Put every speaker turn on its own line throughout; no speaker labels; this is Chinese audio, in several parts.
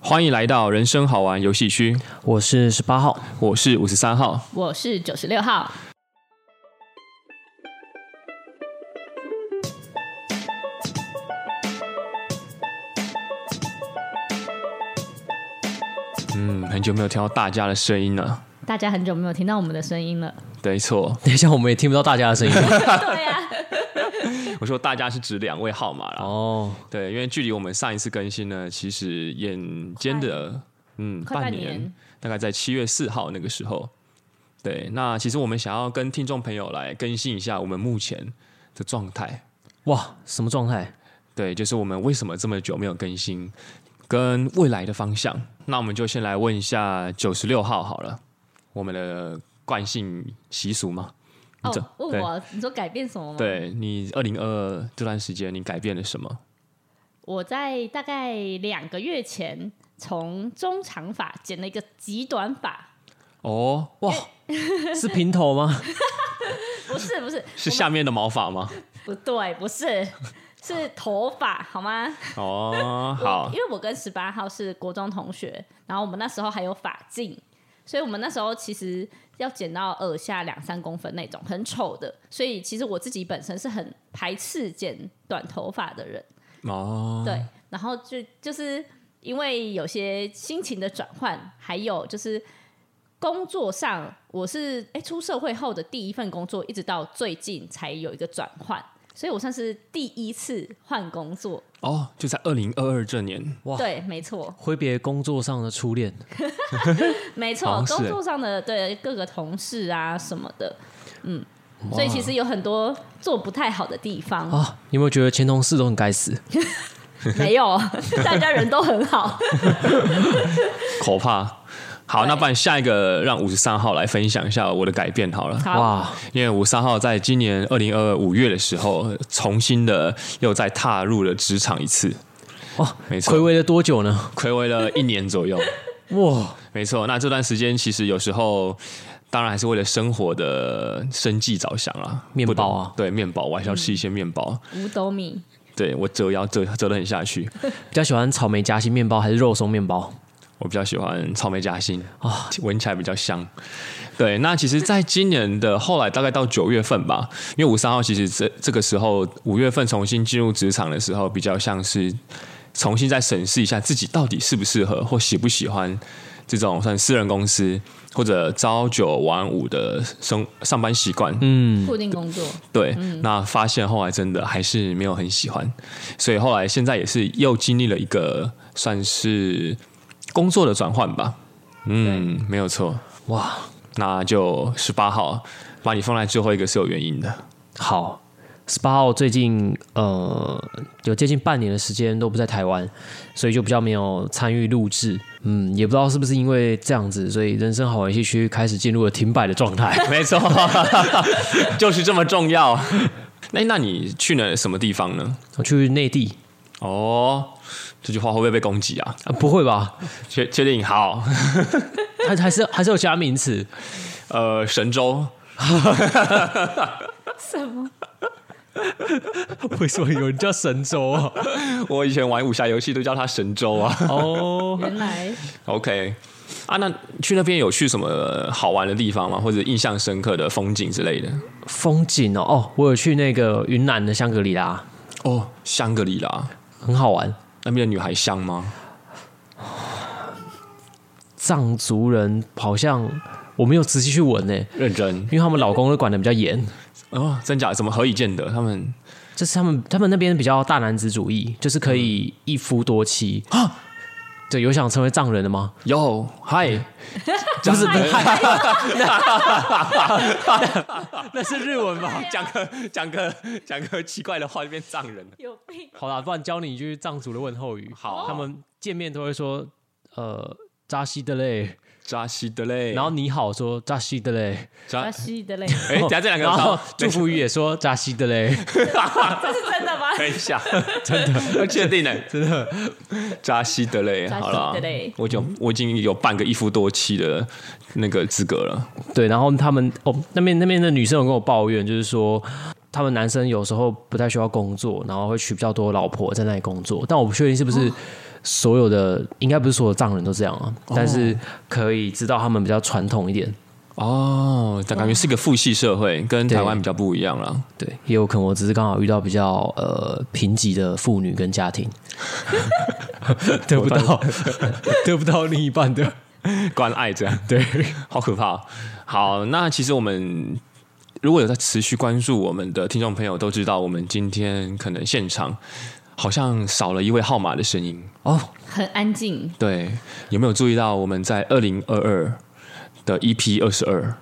欢迎来到人生好玩游戏区，
我是十八号，
我是五十三号。
我是九十六号，
嗯，很久没有听到大家的声音了。
大家很久没有听到我们的声音了。
没错，
等一下我们也听不到大家的声音
对呀、
我说大家是指两位号码啦。
哦，
对，因为距离我们上一次更新呢，其实眼尖的，嗯，
快半
年，
年
大概在七月四号那个时候。对，那其实我们想要跟听众朋友来更新一下我们目前的状态。
哇，什么状态？
对，就是我们为什么这么久没有更新，跟未来的方向。那我们就先来问一下九十六号好了，我们的惯性习俗嘛。你这
哦，问我你说改变什么吗？，
对你二零二二这段时间你改变了什么？
我在大概两个月前从中长发剪了一个极短发，
哦，
哇，是平头吗？
不是不是
是下面的毛发吗？
不对，不是是头发好吗？
哦，
我
好
因，为我跟十八号是国中同学，然后我们那时候还有发镜，所以我们那时候其实要剪到耳下两三公分那种很丑的，所以其实我自己本身是很排斥剪短头发的人，
哦，
对，然后就就是因为有些心情的转换，还有就是。工作上，我是哎、出社会后的第一份工作，一直到最近才有一个转换，所以我算是第一次换工作。
哦，就在二零二二这年，
哇
对，没错。
挥别工作上的初恋，
没
好像
错，
是
工
欸
作上的对各个同事啊什么的，嗯，所以其实有很多做不太好的地方，
哦
啊！你有没有觉得前同事都很该死？
没有，大家人都很好。
可怕。好，
对
那不然下一个让五十三号来分享一下我的改变好了。
好，
哇，
因为五三号在今年二零二二五月的时候，重新的又再踏入了职场一次。
哇，
没错
哦暌违了多久呢？
暌违了一年左 右。
哇，
没错，那这段时间其实有时候，当然还是为了生活的生计着想啦。
面包啊嗯
不对，面包我还是要吃一些面包。
五斗米，
对我折腰折折得很下去，
比较喜欢草莓夹心面包还是肉松面包？
我比较喜欢草莓夹心啊，闻起来比较香。对，那其实，在今年的后来，大概到九月份吧，因为五三号其实这这个时候，五月份重新进入职场的时候，比较像是重新再审视一下自己到底适不适合或喜不喜欢这种算私人公司或者朝九晚五的生上班习惯。
固定工作，
对，那发现后来真的还是没有很喜欢，所以后来现在也是又经历了一个算是工作的转换吧。嗯，没有错。
哇，
那就十八号把你放在最后一个是有原因的。
好十八号最近呃有接近半年的时间都不在台湾，所以就比较没有参与录制。嗯，也不知道是不是因为这样子，所以人生好玩戏区开始进入了停摆的状态。
没错， 就是这么重要。那那你去了什么地方呢？
我去内地、
哦，这句话会不会被攻击啊？
啊，不会吧？
确确定好？
还还是还是有其他名词
呃，神州
什么？
为什么有人叫神州啊？
我以前玩武侠游戏都叫它神州啊。
哦，
原来
OK，啊，那去那边有去什么好玩的地方吗？或者印象深刻的风景之类的？
风景哦，哦，我有去那个云南的香格里拉，
哦，香格里拉
很好玩。
那边的女孩香吗？
藏族人好像我没有仔细去闻呢，欸
认真
因为他们老公都管的比较严，
哦，真假？怎么何以见得？他们
就是他们他们那边比较大男子主义，就是可以一夫多妻啊。对，有想成为藏人的吗？
哟嗨，不 是
哎那是日文吧？
讲个讲个讲个奇怪的话就变藏人了。
有病，
好啦，不然教你一句藏族的问候语。
好
他们见面都会说，呃，扎西的嘞，
扎西德勒，
然后你好说扎西的嘞，
扎
巴西啊的嘞，
哎，等一下这两个
然后
好
祝福语也说扎西的嘞。
这是真的吗？
等一下， 真的要确定呢，真的扎西德勒，
扎西
好了
德勒，
我就我已经有半个一夫多妻的那个资格了。
对，然后他们哦，那边那边的女生有跟我抱怨，就是说他们男生有时候不太需要工作，然后会娶比较多老婆在那里工作，但我不确定是不是所有的应该不是所有藏人都这样啊，但是可以知道他们比较传统一点。
哦，但感觉是个父系社会，跟台湾比较不一样啦。
对，也有可能我只是刚好遇到比较呃贫瘠的妇女跟家 庭，得不到得不到另一半的。
关爱这样，对，好可怕哦、好，那其实我们如果有在持续关注我们的听众朋友，都知道我们今天可能现场好像少了一位号码的声音。
很安静，
对，有没有注意到我们在二零二二的 EP 二十二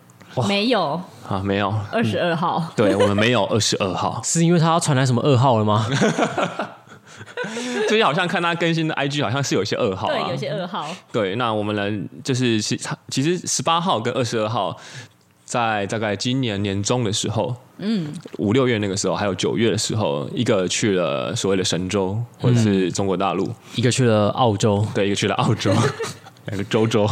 没有
啊？没有，
二十二号。
对我们没有二十二号。
是因为他要传来什么噩耗了吗？
最近好像看他更新的 IG 好像是有一些二号、啊，
对，有些二号，
对，那我们能就是其他其实十八号跟二十二号，在大概今年年中的时候，嗯，五六月那个时候，还有九月的时候，一个去了所谓的神州或者是中国大陆，
一个去了澳洲，
对，一个去了澳洲，两个周 周，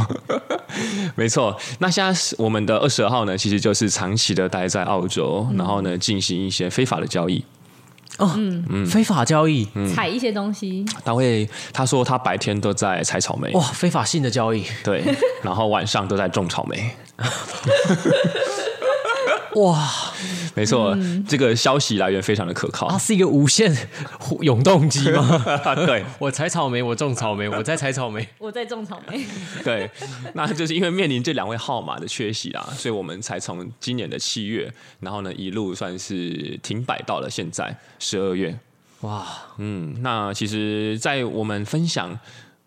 没错。那现在是我们的二十二号呢，其实就是长期的待在澳洲，然后呢进行一些非法的交易。
嗯非法交易，
嗯
采一些东西，
他会他说他白天都在采草莓
哇，，非法性的交易，
对，然后晚上都在种草莓。
哇，
没错，这个消息来源非常的可靠
它。啊是一个无限永动机吗？
对
我采草莓，我种草莓，我再采草莓，
我在种草莓。
对，那就是因为面临这两位号码的缺席啦，所以我们才从今年的七月，然后呢一路算是停摆到了现在十二月。
哇，
嗯，那其实，在我们分享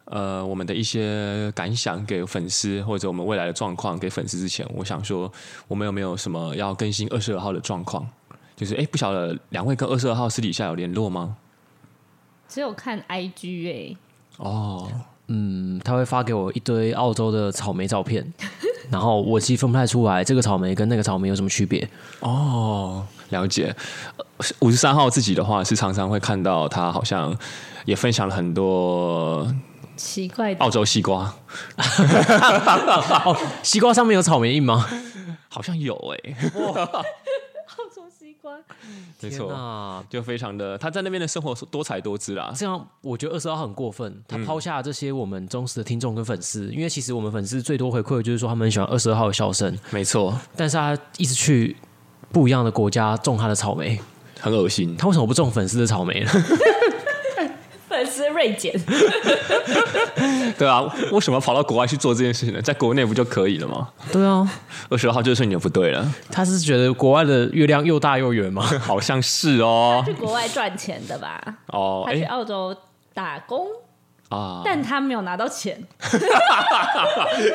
呃我们的一些感想给粉丝，或者我们未来的状况给粉丝之前，我想说，我们有没有什么要更新二十二号的状况？就是哎，不晓得两位跟二十二号私底下有联络吗？
只有看 IG 哎、
哦，
嗯，他会发给我一堆澳洲的草莓照片，然后我其实分不太出来这个草莓跟那个草莓有什么区 别。
哦，了解。五十三号自己的话是常常会看到他好像也分享了很多
奇怪的
澳洲西瓜，
哦，西瓜上面有草莓印吗？
好像有哎、
澳洲西瓜，
没错，
啊，
就非常的他在那边的生活多才多姿啦。
这样我觉得二十号很过分，他抛下这些我们忠实的听众跟粉丝，因为其实我们粉丝最多回馈的就是说他们很喜欢二十二号的笑声，
没错，
但是他一直去不一样的国家种他的草莓，
很恶心。
他为什么不种粉丝的草莓呢？
粉丝锐减，
对啊，为什么跑到国外去做这件事情呢？在国内不就可以了吗？
对啊，
二十号就是你的不对了，
他是觉得国外的月亮又大又圆 吗？
好像是哦
去国外赚钱的吧？
哦
他
哎、
去澳洲打工，
啊，
但他没有拿到钱，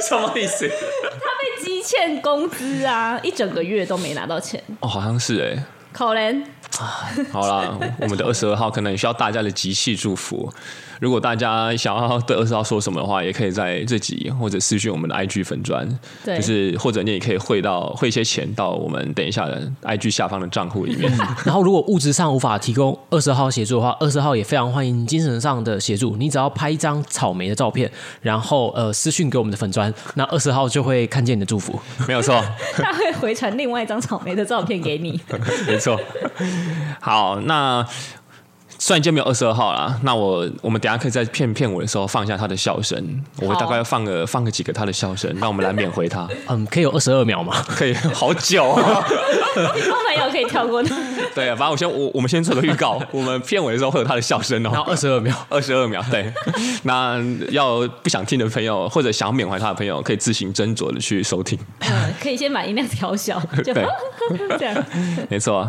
什么意思？
被积欠工资啊，一整个月都没拿到钱。
哦，好像是哎、
可怜
好 啦，我们的二十二号可能也需要大家的集气祝福。如果大家想要对二十号说什么的话，也可以在这集或者私讯我们的 IG 粉砖，
对
就是或者你也可以汇到汇一些钱到我们等一下的 IG 下方的账户里面。
然后，如果物质上无法提供二十号协助的话，二十号也非常欢迎精神上的协助。你只要拍一张草莓的照片，然后呃私讯给我们的粉砖，那二十号就会看见你的祝福。
没有错，
他会回传另外一张草莓的照片给 你。
没错。好，那虽然今天没有二十二号啦，那我我们等一下可以在片片尾的时候放一下他的笑声，我会大概放个放个几个他的笑声，让我们来缅回他。
嗯，可以有二十二秒吗？
可以，好久、哦。
听众朋友可以跳过那
对，啊反正我先我我们先做个预告， 我们片尾的时候会有他的笑声
然
哦，
后二十二秒。
二十二秒。对，那要不想听的朋友，或者想要缅怀他的朋友，可以自行斟酌的去收听。
嗯，可以先把音量调小，就
对
这样。
没错，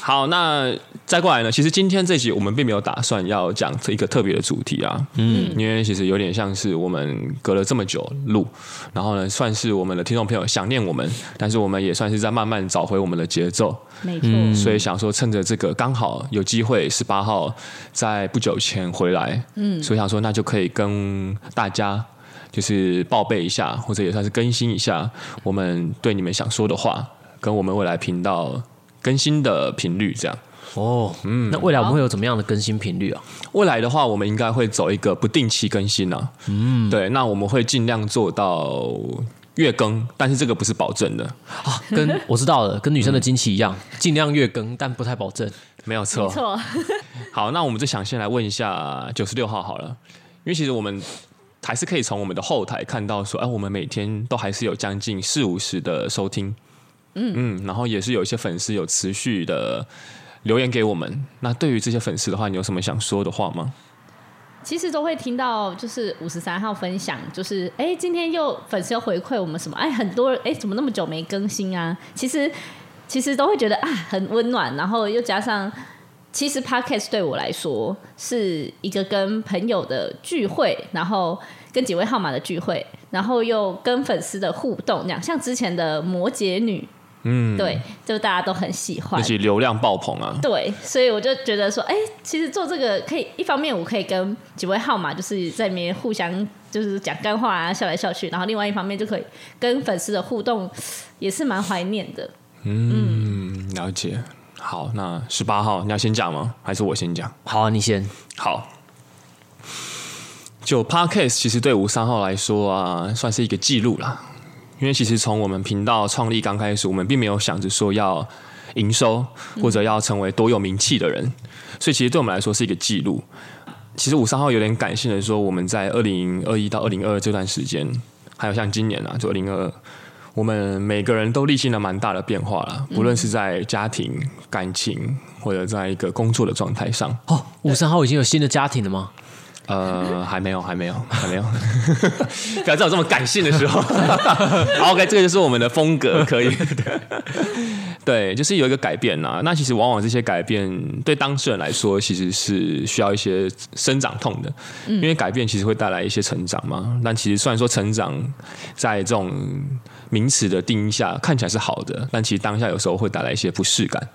好，那再过来呢？其实今天这集我们并没有打算要讲一个特别的主题啊，嗯，因为其实有点像是我们隔了这么久录，然后呢，算是我们的听众朋友想念我们，但是我们也算是在慢慢找回我们的节奏。
没错，
所以想说趁着这个刚好有机会，十八号在不久前回来，嗯，所以想说那就可以跟大家就是报备一下，或者也算是更新一下我们对你们想说的话，跟我们未来频道更新的频率这样。
哦，嗯，那未来我们会有怎么样的更新频率啊？
未来的话，我们应该会走一个不定期更新啊，嗯，对，那我们会尽量做到月更，但是这个不是保证的，
啊，跟我知道了，跟女生的惊奇一样，尽量月更，但不太保证。
没有
没错，
好，那我们就想先来问一下九十六号好了，因为其实我们还是可以从我们的后台看到说，哎、我们每天都还是有将近四五十的收听，嗯嗯，然后也是有一些粉丝有持续的留言给我们。那对于这些粉丝的话，你有什么想说的话吗？
其实都会听到，就是五十三号分享，就是哎、诶今天又粉丝又回馈我们什么？哎、很多人哎、怎么那么久没更新啊？其实其实都会觉得啊，很温暖。然后又加上，其实 podcast 对我来说是一个跟朋友的聚会，然后跟几位号码的聚会，然后又跟粉丝的互动，这样像之前的摩羯女，嗯，对，就大家都很喜欢
而。且流量爆棚啊，
对，所以我就觉得说，哎、其实做这个可以，一方面我可以跟几位号码就是在里面互相就是讲干话啊，笑来笑去，然后另外一方面就可以跟粉丝的互动，也是蛮怀念的。
嗯，了解。好，那十八号你要先讲吗？还是我先讲？
好啊、你先。
好，就 Podcast 其实对吴三号来说啊，算是一个记录啦。因为其实从我们频道创立刚开始，我们并没有想着说要营收或者要成为多有名气的人，所以其实对我们来说是一个记录。其实五三号有点感性的说，我们在二零二一到二零二这段时间，还有像今年啊，就二零二二，我们每个人都历经了蛮大的变化了，不论是在家庭、感情或者在一个工作的状态上。
哦，五三号已经有新的家庭了吗？
呃，还没有，还没有，还没有， 不要在我这么感性的时候。好，OK，这个就是我们的风格，可以。 对对，就是有一个改变呐、那其实往往这些改变对当事人来说，其实是需要一些生长痛的，因为改变其实会带来一些成长嘛。但其实虽然说成长在这种名词的定义下看起来是好的，但其实当下有时候会带来一些不适感。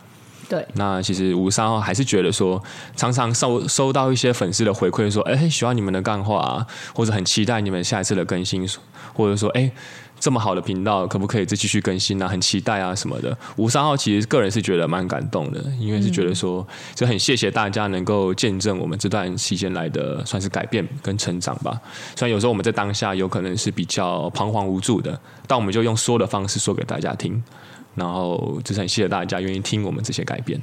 对，
那其实五三号还是觉得说，常常收收到一些粉丝的回馈，说，哎、喜欢你们的干话、啊，或者很期待你们下一次的更新，或者说，哎、这么好的频道，可不可以再继续更新啊？很期待啊什么的。五三号其实个人是觉得蛮感动的，因为是觉得说，就很谢谢大家能够见证我们这段期间来的算是改变跟成长吧。虽然有时候我们在当下有可能是比较彷徨无助的，但我们就用说的方式说给大家听。然后就是很谢谢大家愿意听我们这些改变。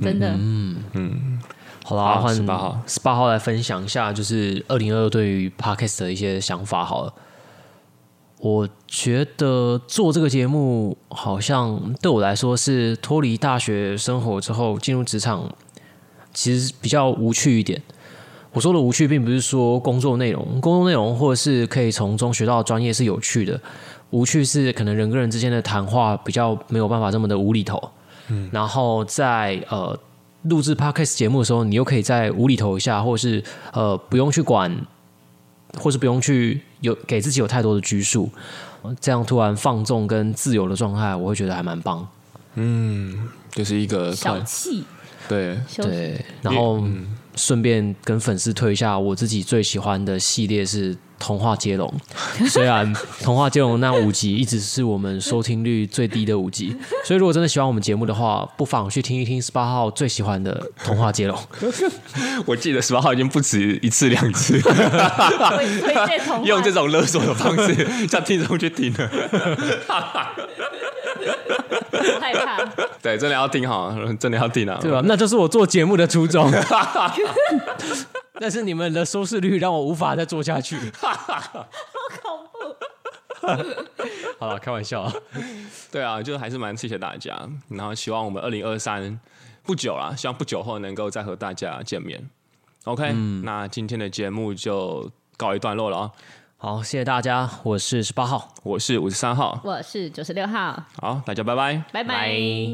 嗯
真的，
好啦，
好
换
18号
十八号来分享一下，就是二零二对于 podcast 的一些想法好了。我觉得做这个节目好像对我来说是脱离大学生活之后进入职场，其实比较无趣一点。我说的无趣，并不是说工作内容，工作内容或者是可以从中学到的专业是有趣的，无趣是可能人跟人之间的谈话比较没有办法这么的无厘头。嗯，然后在呃录制 podcast 节目的时候，你又可以在无厘头一下，或是呃不用去管，或是不用去有给自己有太多的拘束，呃这样突然放纵跟自由的状态，我会觉得还蛮棒。
就是一个
小气，
对，
休息
对，然后顺便跟粉丝推一下，我自己最喜欢的系列是《童话接龙》， 虽然《童话接龙》那五集一直是我们收听率最低的五集，所以如果真的喜欢我们节目的话，不妨去听一听十八号最喜欢的《童话接龙》。
我记得十八号已经不止一次两次，
会推荐 同
用这
伴
种勒索的方式叫听众去听 了。
我害怕，
对，真的要听好，真的要听啊！
对吧？那就是我做节目的初衷。 但是你们的收视率让我无法再做下去。
恐怖。
好了，开玩笑啊。
对啊，就是还是蛮谢谢大家，然后希望我们二零二三不久啦，希望不久后能够再和大家见面。OK，、那今天的节目就告一段落了啊！
好，谢谢大家，我是十八号。
我是五十三号，
我是九十六号，
好，大家拜拜。
拜拜。